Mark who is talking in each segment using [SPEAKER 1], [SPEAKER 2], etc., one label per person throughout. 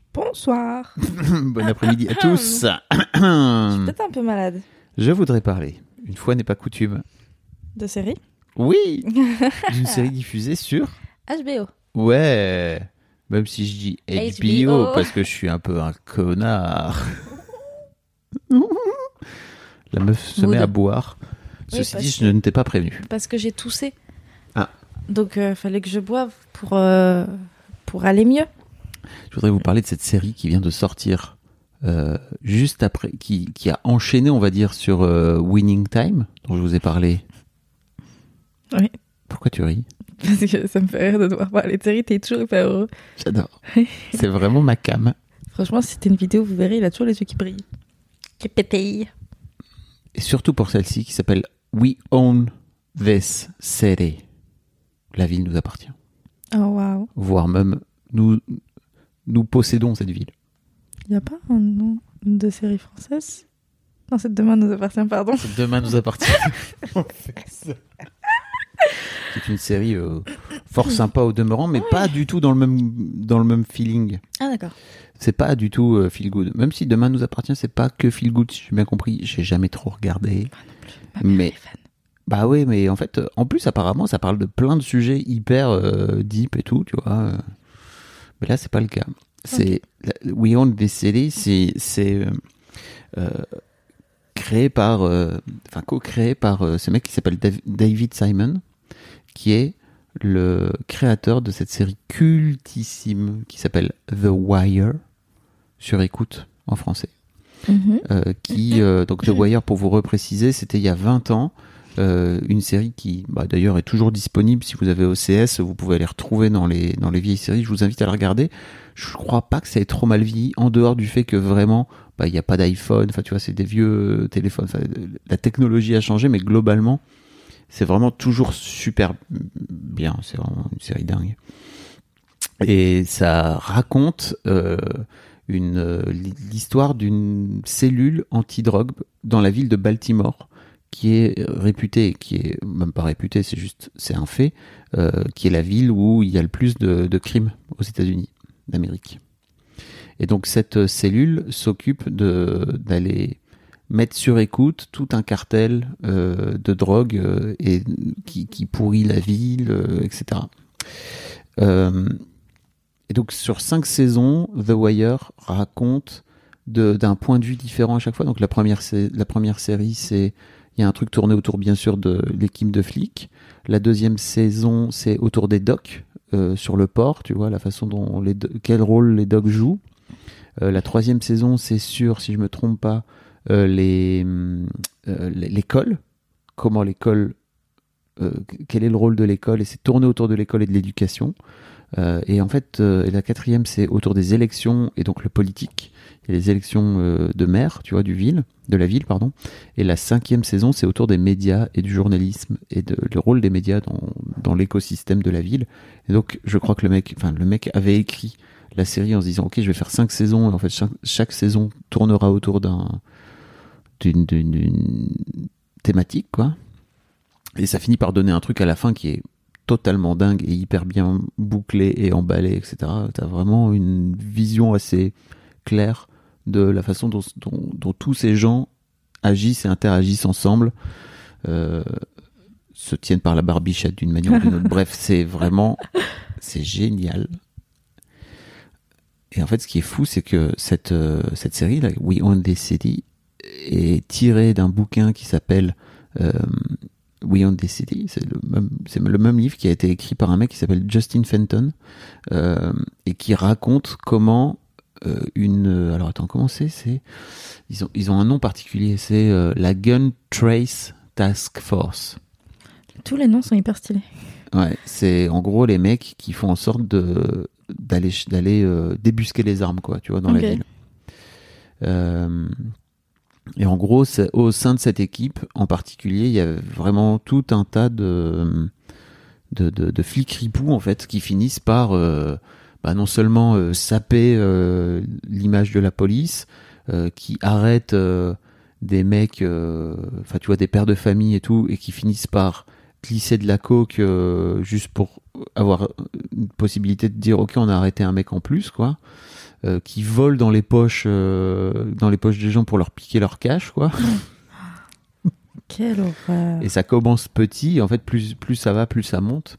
[SPEAKER 1] Bonsoir.
[SPEAKER 2] bon après-midi à tous.
[SPEAKER 1] Je suis peut-être un peu malade.
[SPEAKER 2] Je voudrais parler, une fois n'est pas coutume,
[SPEAKER 1] De série
[SPEAKER 2] oui, d'une série diffusée sur.
[SPEAKER 3] HBO.
[SPEAKER 2] Ouais, même si je dis HBO,
[SPEAKER 3] HBO.
[SPEAKER 2] parce que je suis un peu un connard. La meuf se
[SPEAKER 3] Mood.
[SPEAKER 2] met à boire.
[SPEAKER 1] Oui,
[SPEAKER 2] Ceci
[SPEAKER 1] parce
[SPEAKER 2] dit, je ne t'ai pas prévenu.
[SPEAKER 1] Parce que j'ai toussé.
[SPEAKER 2] Ah.
[SPEAKER 1] Donc euh, fallait que je boive pour, euh, pour aller mieux.
[SPEAKER 2] Je voudrais vous parler de cette série qui vient de sortir euh, juste après, qui, qui a enchaîné, on va dire, sur euh, Winning Time, dont je vous ai parlé.
[SPEAKER 1] Oui.
[SPEAKER 2] Pourquoi tu ris
[SPEAKER 1] Parce que ça me fait rire de devoir parler de série, t'es toujours pas heureux.
[SPEAKER 2] J'adore. C'est vraiment ma cam.
[SPEAKER 1] Franchement, si c'était une vidéo, vous verrez, il a toujours les yeux qui brillent. Qui pétillent.
[SPEAKER 2] Et surtout pour celle-ci qui s'appelle We Own This City. La ville nous appartient.
[SPEAKER 1] Oh waouh.
[SPEAKER 2] Voire même, nous, nous possédons cette ville.
[SPEAKER 1] Y a pas Ah, un nom de série française Non, cette demain nous appartient, pardon.
[SPEAKER 2] Demain nous appartient. C'est une série euh, fort sympa au demeurant, mais pas du tout dans le même, dans le même feeling.
[SPEAKER 1] Ah d'accord.
[SPEAKER 2] C'est pas du tout euh, feel good. Même si Demain nous appartient, c'est pas que feel good, si j'ai bien compris. J'ai jamais trop regardé. Mais- Bah oui, mais en fait, euh, en plus, apparemment, ça parle de plein de sujets hyper euh, deep et tout, tu vois. euh. Mais là, c'est pas le cas. C'est la- We Own This City, c'est c'est, euh, euh, créé par, euh, enfin co-créé par euh, ce mec qui s'appelle Dav- David Simon, qui est le créateur de cette série cultissime qui s'appelle The Wire sur écoute en français euh, qui euh, donc The Wire pour vous repréciser c'était il y a 20 ans euh, une série qui bah, d'ailleurs est toujours disponible si vous avez OCS vous pouvez aller retrouver dans les dans les vieilles séries je vous invite à la regarder je crois pas que ça ait trop mal vieilli en dehors du fait que vraiment bah il n'y a pas d'iPhone enfin tu vois c'est des vieux euh, téléphones Enfin, euh, la technologie a changé mais globalement c'est vraiment toujours super bien c'est vraiment une série dingue et ça raconte euh, une euh, l- l'histoire d'une cellule anti-drogue dans la ville de Baltimore qui est euh, réputée, qui est même pas réputée, c'est juste, c'est un fait, euh, qui est la ville où il y a le plus de, de crimes aux États-Unis d'Amérique. Et donc cette euh, cellule s'occupe de d'aller mettre sur écoute tout un cartel euh, de drogue euh, et qui, qui pourrit la ville, euh, etc. Euh, et donc sur cinq saisons, The Wire raconte de- d'un point de vue différent à chaque fois. Donc la première, sé- la première série, c'est il y a un truc tourné autour bien sûr de l'équipe de flics. La deuxième saison, c'est autour des docs euh, sur le port, tu vois la façon dont les do- quel rôle les docs jouent. Euh, la troisième saison, c'est sur, si je me trompe pas, euh, les hum, euh, l- l'école. Comment l'école, euh, quel est le rôle de l'école et c'est tourné autour de l'école et de l'éducation. Euh, et en fait, euh, et la quatrième, c'est autour des élections et donc le politique. Il y a les élections euh, de maire, tu vois, du ville, de la ville, pardon. Et la cinquième saison, c'est autour des médias et du journalisme et de, le rôle des médias dans, dans l'écosystème de la ville. Et donc, je crois que le mec, enfin, le mec avait écrit la série en se disant, ok, je vais faire cinq saisons. Et en fait, chaque, chaque saison tournera autour d'un d'une- d'une d'une thématique, quoi. Et ça finit par donner un truc à la fin qui est totalement dingue et hyper bien bouclé et emballé, etc. T'as vraiment une vision assez claire de la façon dont, dont- dont tous ces gens agissent et interagissent ensemble, euh, se tiennent par la barbichette d'une manière ou d'une autre. Bref, c'est vraiment, c'est génial. Et en fait, ce qui est fou, c'est que cette, euh, cette série, là, We Own This City, est tirée d'un bouquin qui s'appelle euh, We Own This City. C'est le, même- c'est le même livre qui a été écrit par un mec qui s'appelle Justin Fenton euh, et qui raconte comment euh, une. Alors attends, comment c'est C'est ils ont ils ont un nom particulier. C'est euh, la Gun Trace Task Force.
[SPEAKER 1] Tous les noms sont hyper stylés.
[SPEAKER 2] Ouais, c'est en gros les mecs qui font en sorte de d'aller d'aller euh, débusquer les armes quoi, tu vois, dans
[SPEAKER 1] Ok.
[SPEAKER 2] la ville. Euh, et en gros, c'est- au sein de cette équipe en particulier, il y a vraiment tout un tas de de, de, de flics ripoux en fait qui finissent par euh, bah, non seulement euh, saper euh, l'image de la police, euh, qui arrêtent euh, des mecs, euh, enfin tu vois des pères de famille et tout, et qui finissent par glisser de la coke euh, juste pour avoir une possibilité de dire ok on a arrêté un mec en plus quoi, euh, qui volent dans les poches euh, dans les poches des gens pour leur piquer leur cash quoi.
[SPEAKER 1] Quelle horreur.
[SPEAKER 2] Et ça commence petit, et en fait, plus, plus ça va, plus ça monte.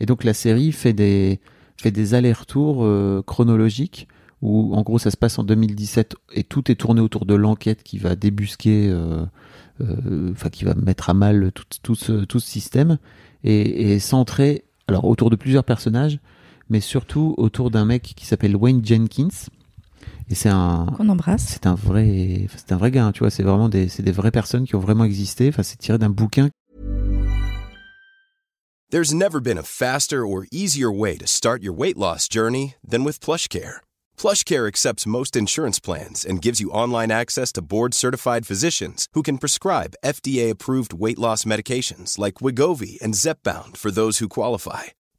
[SPEAKER 2] Et donc la série fait des, fait des allers-retours euh, chronologiques, où en gros ça se passe en 2017, et tout est tourné autour de l'enquête qui va débusquer, euh, euh, enfin qui va mettre à mal tout, tout, ce, tout ce système, et, et centré alors, autour de plusieurs personnages, mais surtout autour d'un mec qui s'appelle Wayne Jenkins. Et c'est un,
[SPEAKER 1] Qu'on embrasse.
[SPEAKER 2] c'est un vrai, enfin, c'est un vrai gars, hein, tu vois. C'est vraiment des, c'est des vraies personnes qui ont vraiment existé. Enfin, c'est tiré d'un bouquin
[SPEAKER 4] There's never been a faster or easier way to start your weight loss journey than with PlushCare. PlushCare accepts most insurance plans and gives you online access to board-certified physicians who can prescribe FDA-approved weight loss medications like Wigovi and Zepbound for those who qualify.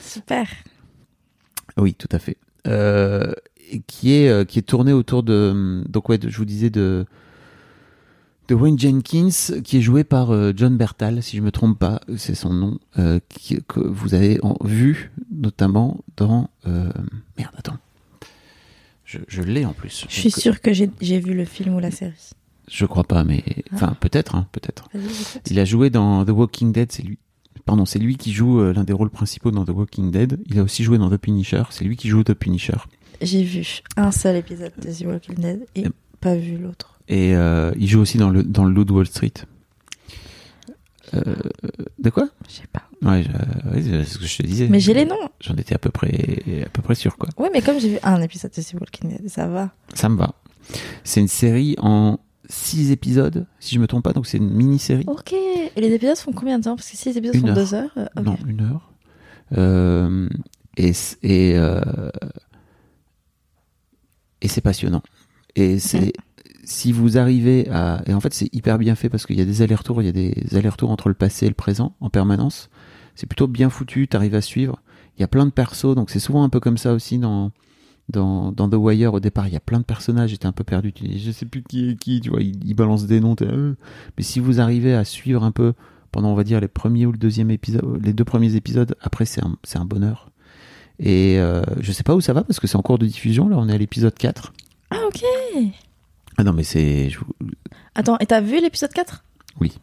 [SPEAKER 1] Super.
[SPEAKER 2] Oui, tout à fait. Euh, et qui est, euh, qui est tournée autour de, donc ouais, de- je vous disais de, de Wayne Jenkins, qui est joué par euh, John Bertal, si je me trompe pas, c'est son nom, euh, qui- que vous avez en, vu notamment dans, euh, merde, attends. Je, je l'ai en plus.
[SPEAKER 1] Je suis
[SPEAKER 2] Donc,
[SPEAKER 1] sûre que j'ai j'ai vu le film ou la série.
[SPEAKER 2] Je crois pas, mais enfin
[SPEAKER 1] Ah.
[SPEAKER 2] peut-être, hein, peut-être.
[SPEAKER 1] Vas-y, j'écoute.
[SPEAKER 2] Il a joué dans The Walking Dead, c'est lui. Pardon, c'est lui qui joue euh, l'un des rôles principaux dans The Walking Dead. Il a aussi joué dans The Punisher. C'est lui qui joue The Punisher.
[SPEAKER 1] J'ai vu un seul épisode de The Walking Dead et
[SPEAKER 2] Yep.
[SPEAKER 1] pas vu l'autre.
[SPEAKER 2] Et euh, il joue aussi dans le dans le Loup de Wall Street. Euh, de quoi
[SPEAKER 1] Je sais pas.
[SPEAKER 2] Ouais, je- ouais, c'est ce que je te disais.
[SPEAKER 1] Mais j'ai les noms.
[SPEAKER 2] J'en étais à peu près à peu près sûr quoi.
[SPEAKER 1] Oui, mais comme j'ai vu un épisode de The Walking Dead, ça va.
[SPEAKER 2] Ça me va. C'est une série en six épisodes, si je me trompe pas. Donc c'est une mini série.
[SPEAKER 1] Ok. Et les épisodes font combien de temps Parce que si les épisodes
[SPEAKER 2] Une
[SPEAKER 1] font
[SPEAKER 2] heure.
[SPEAKER 1] deux heures, euh, ok.
[SPEAKER 2] Non, une heure. Euh, et c- et, euh, et c'est passionnant. Et c'est si vous arrivez à et en fait c'est hyper bien fait parce qu'il y a des allers-retours, il y a des allers-retours entre le passé et le présent en permanence. C'est plutôt bien foutu, t'arrives à suivre. Il y a plein de persos, donc c'est souvent un peu comme ça aussi dans dans, dans The Wire au départ, il y a plein de personnages, j'étais un peu perdu, tu dis, je sais plus qui est qui, tu vois, il, il balance des noms, t'es là, euh. mais si vous arrivez à suivre un peu pendant, on va dire, les premiers ou le deuxième épisode, les deux premiers épisodes, après c'est un, c'est un bonheur. Et euh, je sais pas où ça va parce que c'est en cours de diffusion, là on est à l'épisode 4.
[SPEAKER 1] Ah, ok.
[SPEAKER 2] Ah non mais c'est... je vous-
[SPEAKER 1] Attends, et t'as vu l'épisode 4
[SPEAKER 2] Oui.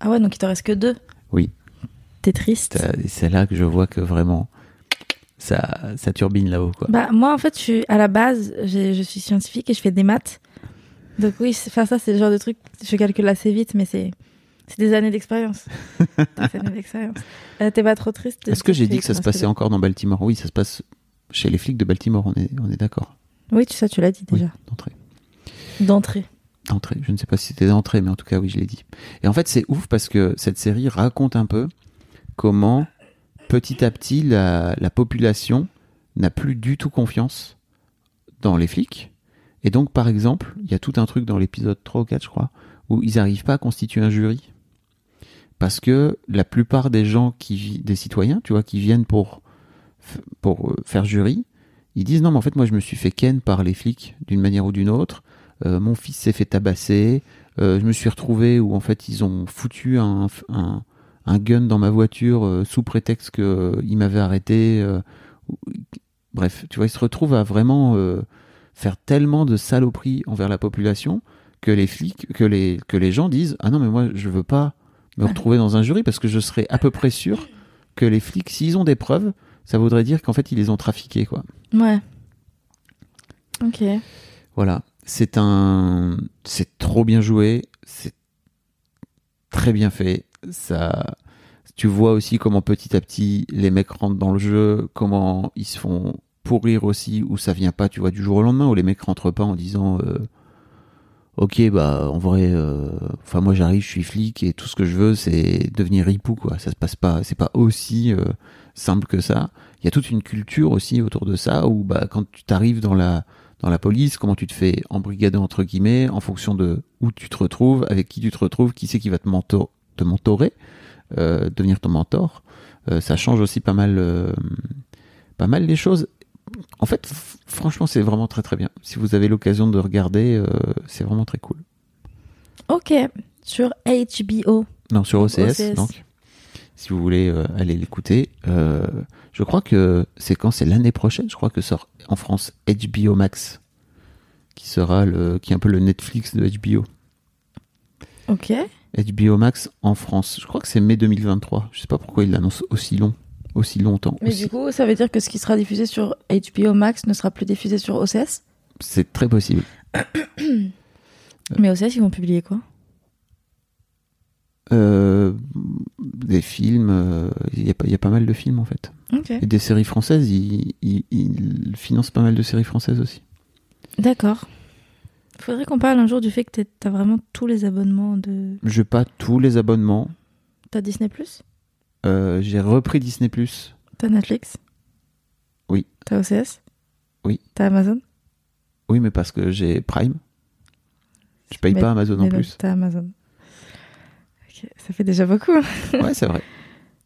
[SPEAKER 1] Ah ouais, donc il te reste que deux.
[SPEAKER 2] Oui.
[SPEAKER 1] T'es triste.
[SPEAKER 2] T'as- C'est là que je vois que vraiment ça, ça turbine là-haut quoi.
[SPEAKER 1] Bah, moi, en fait, je suis à la base, j'ai- je suis scientifique et je fais des maths. Donc, oui, c'est- enfin, ça, c'est le genre de truc, je calcule assez vite, mais c'est c'est des années d'expérience. des années d'expérience. Euh, T'es pas trop triste de
[SPEAKER 2] Est-ce que
[SPEAKER 1] dire
[SPEAKER 2] j'ai dit que ça se passait encore dans Baltimore Oui, ça se passe chez les flics de Baltimore, on est, on est d'accord.
[SPEAKER 1] Oui, tu, ça, tu l'as dit
[SPEAKER 2] Oui,
[SPEAKER 1] déjà.
[SPEAKER 2] d'entrée.
[SPEAKER 1] D'entrée.
[SPEAKER 2] D'entrée, je ne sais pas si c'était d'entrée, mais en tout cas, oui, je l'ai dit. Et en fait, c'est ouf parce que cette série raconte un peu comment, petit à petit, la, la population n'a plus du tout confiance dans les flics. Et donc, par exemple, il y a tout un truc dans l'épisode 3 ou 4, je crois, où ils n'arrivent pas à constituer un jury. Parce que la plupart des gens, qui, vi- des citoyens, tu vois, qui viennent pour, f- pour euh, faire jury, ils disent non, mais en fait, moi, je me suis fait ken par les flics d'une manière ou d'une autre. Euh, mon fils s'est fait tabasser, Euh, je me suis retrouvé où en fait ils ont foutu un, un, un gun dans ma voiture euh, sous prétexte qu'ils m'avaient arrêté. euh, ou- bref, tu vois, ils se retrouvent à vraiment euh, faire tellement de saloperies envers la population que les flics, que les, que les gens disent Ah non, mais moi je veux pas me retrouver dans un jury parce que je serais à peu près sûr que les flics, s'ils ont des preuves, ça voudrait dire qu'en fait ils les ont trafiqués quoi.
[SPEAKER 1] Ouais. Ok.
[SPEAKER 2] Voilà, c'est un, c'est trop bien joué, c'est très bien fait. Ça, tu vois aussi comment petit à petit les mecs rentrent dans le jeu, comment ils se font pourrir aussi, où ça vient pas, tu vois, du jour au lendemain, où les mecs rentrent pas en disant, euh, ok, bah en vrai, euh, enfin moi j'arrive, je suis flic et tout ce que je veux c'est devenir hipou quoi. Ça se passe pas, c'est pas aussi euh, simple que ça. Il y a toute une culture aussi autour de ça où bah quand tu t'arrives dans la dans la police, comment tu te fais embrigader entre guillemets, en fonction de où tu te retrouves, avec qui tu te retrouves, qui c'est qui va te, mentor, te mentorer, euh, devenir ton mentor. Euh, ça change aussi pas mal, euh, pas mal les choses. En fait, f- franchement, c'est vraiment très très bien. Si vous avez l'occasion de regarder, euh, c'est vraiment très cool.
[SPEAKER 1] Ok. Sur HBO.
[SPEAKER 2] Non, sur OCS,
[SPEAKER 1] OCS.
[SPEAKER 2] donc. Si vous voulez euh, aller l'écouter, Euh, je crois que c'est quand c'est l'année prochaine, je crois que sort en France HBO Max, qui sera le, qui est un peu le Netflix de HBO.
[SPEAKER 1] Ok.
[SPEAKER 2] HBO Max en France. Je crois que c'est mai 2023. Je sais pas pourquoi il l'annonce aussi long, aussi longtemps.
[SPEAKER 1] Mais
[SPEAKER 2] aussi-
[SPEAKER 1] du coup, ça veut dire que ce qui sera diffusé sur HBO Max ne sera plus diffusé sur OCS
[SPEAKER 2] C'est très possible.
[SPEAKER 1] Mais OCS, ils vont publier quoi
[SPEAKER 2] Euh, des films, euh, il y, a pas- il y a pas mal de films en fait.
[SPEAKER 1] Ok.
[SPEAKER 2] Et des séries françaises, il, il- il finance pas mal de séries françaises aussi.
[SPEAKER 1] D'accord. Faudrait qu'on parle un jour du fait que t'es- t'as vraiment tous les abonnements de.
[SPEAKER 2] Je pas tous les abonnements.
[SPEAKER 1] T'as Disney Plus
[SPEAKER 2] Euh, J'ai repris Disney Plus.
[SPEAKER 1] T'as Netflix
[SPEAKER 2] Oui.
[SPEAKER 1] T'as OCS
[SPEAKER 2] Oui.
[SPEAKER 1] T'as Amazon
[SPEAKER 2] Oui, mais parce que j'ai Prime. Je paye
[SPEAKER 1] Mais-
[SPEAKER 2] pas Amazon en
[SPEAKER 1] Mais non,
[SPEAKER 2] plus.
[SPEAKER 1] Eh ben, T'as Amazon. Ok, Ça fait déjà beaucoup, hein.
[SPEAKER 2] Ouais, c'est vrai.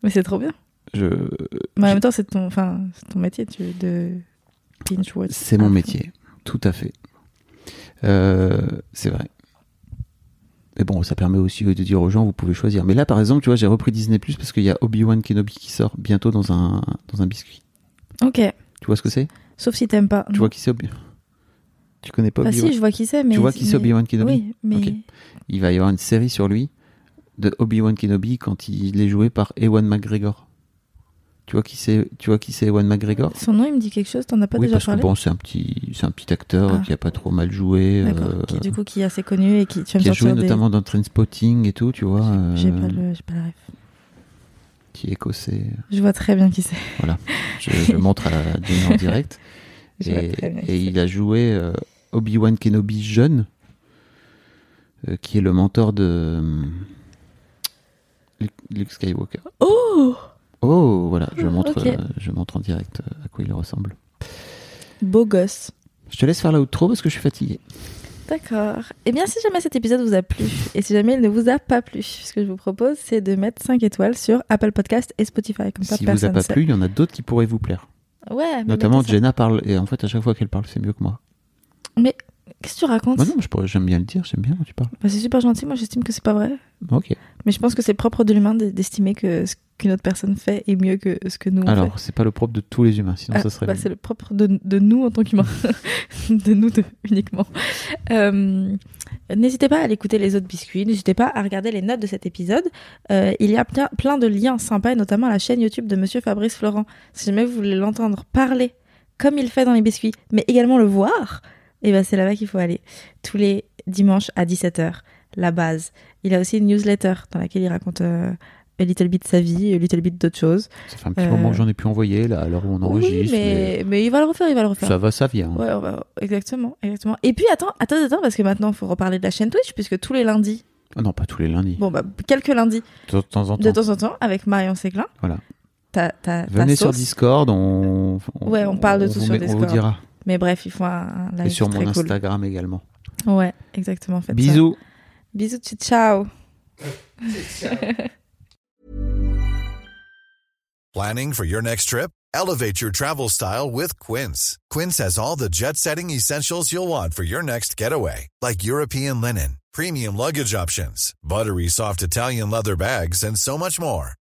[SPEAKER 1] mais c'est trop bien.
[SPEAKER 2] Je...
[SPEAKER 1] Mais en
[SPEAKER 2] Je-
[SPEAKER 1] même temps, c'est ton, enfin, c'est ton métier tu, de binge watch.
[SPEAKER 2] C'est mon métier, tout à fait. Euh, c'est vrai. Mais bon, ça permet aussi de dire aux gens, vous pouvez choisir. Mais là, par exemple, tu vois, j'ai repris Disney Plus parce qu'il y a Obi-Wan Kenobi qui sort bientôt dans un, dans un biscuit.
[SPEAKER 1] Ok.
[SPEAKER 2] Tu vois ce que c'est
[SPEAKER 1] Sauf si t'aimes pas.
[SPEAKER 2] Tu vois qui c'est Obi Tu connais pas
[SPEAKER 1] Enfin,
[SPEAKER 2] Obi-Wan
[SPEAKER 1] Bah, si, je vois qui c'est, mais.
[SPEAKER 2] Tu vois qui c'est
[SPEAKER 1] mais-
[SPEAKER 2] Obi-Wan Kenobi
[SPEAKER 1] Oui, mais.
[SPEAKER 2] Ok. Il va y avoir une série sur lui de Obi-Wan Kenobi quand il est joué par Ewan McGregor. Tu vois qui c'est Tu vois qui c'est Ewan McGregor
[SPEAKER 1] Son nom, il me dit quelque chose, t'en as pas
[SPEAKER 2] Oui,
[SPEAKER 1] déjà
[SPEAKER 2] parce que
[SPEAKER 1] parlé
[SPEAKER 2] bon, c'est un petit, c'est un petit acteur
[SPEAKER 1] Ah.
[SPEAKER 2] qui a pas trop mal joué.
[SPEAKER 1] D'accord.
[SPEAKER 2] euh,
[SPEAKER 1] Qui, du coup, qui est assez connu et qui. Tu vas me
[SPEAKER 2] qui a
[SPEAKER 1] sortir
[SPEAKER 2] joué
[SPEAKER 1] des-
[SPEAKER 2] notamment dans Trainspotting et tout, tu vois, euh,
[SPEAKER 1] J'ai pas, le... j'ai pas la ref.
[SPEAKER 2] qui est écossais.
[SPEAKER 1] Je vois très bien qui c'est.
[SPEAKER 2] Je, je montre à Dina en direct.
[SPEAKER 1] Je vois
[SPEAKER 2] et
[SPEAKER 1] très bien qui
[SPEAKER 2] et
[SPEAKER 1] c'est.
[SPEAKER 2] il a joué euh, Obi-Wan Kenobi jeune, euh, qui est le mentor de euh, Luke- Luke Skywalker.
[SPEAKER 1] Oh Ah,
[SPEAKER 2] Oh, voilà, je montre,
[SPEAKER 1] ok.
[SPEAKER 2] euh, je montre en direct euh, à quoi il ressemble.
[SPEAKER 1] Beau gosse.
[SPEAKER 2] Je te laisse faire la outro parce que je suis fatigué.
[SPEAKER 1] D'accord. Eh bien, si jamais cet épisode vous a plu, et si jamais il ne vous a pas plu, ce que je vous propose, c'est de mettre 5 étoiles sur Apple Podcast et Spotify. Comme ça,
[SPEAKER 2] Si vous a
[SPEAKER 1] personne
[SPEAKER 2] pas
[SPEAKER 1] sait.
[SPEAKER 2] plu, il y en a d'autres qui pourraient vous plaire.
[SPEAKER 1] Ouais. mais
[SPEAKER 2] Notamment,
[SPEAKER 1] mettez ça.
[SPEAKER 2] Jenna parle, et en fait, à chaque fois qu'elle parle, c'est mieux que moi.
[SPEAKER 1] Mais qu'est-ce que tu racontes
[SPEAKER 2] Bah non, je pourrais- j'aime bien le dire, j'aime bien quand tu parles.
[SPEAKER 1] Bah, C'est super gentil, moi j'estime que c'est pas vrai.
[SPEAKER 2] Ok.
[SPEAKER 1] Mais je pense que c'est propre de l'humain d'e- d'estimer que ce qu'une autre personne fait est mieux que ce que nous on fait.
[SPEAKER 2] Alors, c'est pas le propre de tous les humains, sinon
[SPEAKER 1] Ah,
[SPEAKER 2] ça serait.
[SPEAKER 1] bah, c'est le propre de, de nous en tant qu'humains. de nous deux uniquement. Euh, n'hésitez pas à aller écouter les autres biscuits, n'hésitez pas à regarder les notes de cet épisode. Euh, il y a plein, plein de liens sympas, et notamment la chaîne YouTube de Monsieur Fabrice Florent. Si jamais vous voulez l'entendre parler comme il fait dans les biscuits, mais également le voir, et ben c'est là-bas qu'il faut aller. Tous les dimanches à 17h, la base. Il a aussi une newsletter dans laquelle il raconte euh, a little bit de sa vie, a little bit d'autres choses.
[SPEAKER 2] Ça fait un petit
[SPEAKER 1] Euh,
[SPEAKER 2] moment que j'en ai pu envoyer, là, alors on enregistre.
[SPEAKER 1] Oui, mais, mais il va le refaire, il va le
[SPEAKER 2] mais
[SPEAKER 1] refaire.
[SPEAKER 2] Ça va, ça vient. hein.
[SPEAKER 1] Ouais, on va- exactement, exactement. Et puis attends, attends, attends, parce que maintenant, il faut reparler de la chaîne Twitch, puisque tous les lundis,
[SPEAKER 2] Ah non, pas tous les lundis.
[SPEAKER 1] bon, bah, quelques lundis,
[SPEAKER 2] De temps en temps.
[SPEAKER 1] de temps en temps, avec Marion Séglin,
[SPEAKER 2] Voilà.
[SPEAKER 1] ta, ta, ta
[SPEAKER 2] Venez sur
[SPEAKER 1] sauce.
[SPEAKER 2] Discord, on.
[SPEAKER 1] Ouais, on parle de tout
[SPEAKER 2] vous
[SPEAKER 1] sur
[SPEAKER 2] met- On
[SPEAKER 1] Discord.
[SPEAKER 2] vous dira.
[SPEAKER 1] Mais bref, ils font un, un live
[SPEAKER 2] Et sur
[SPEAKER 1] très
[SPEAKER 2] mon
[SPEAKER 1] cool.
[SPEAKER 2] Instagram également.
[SPEAKER 1] Ouais, exactement. faites ça.
[SPEAKER 2] Bisous.
[SPEAKER 1] Bisous, tchou, ciao.
[SPEAKER 4] Planning for your next trip? Elevate your travel style with Quince. Quince has all the jet setting essentials you'll want for your next getaway, like European linen, premium luggage options, buttery soft Italian leather bags, and so much more.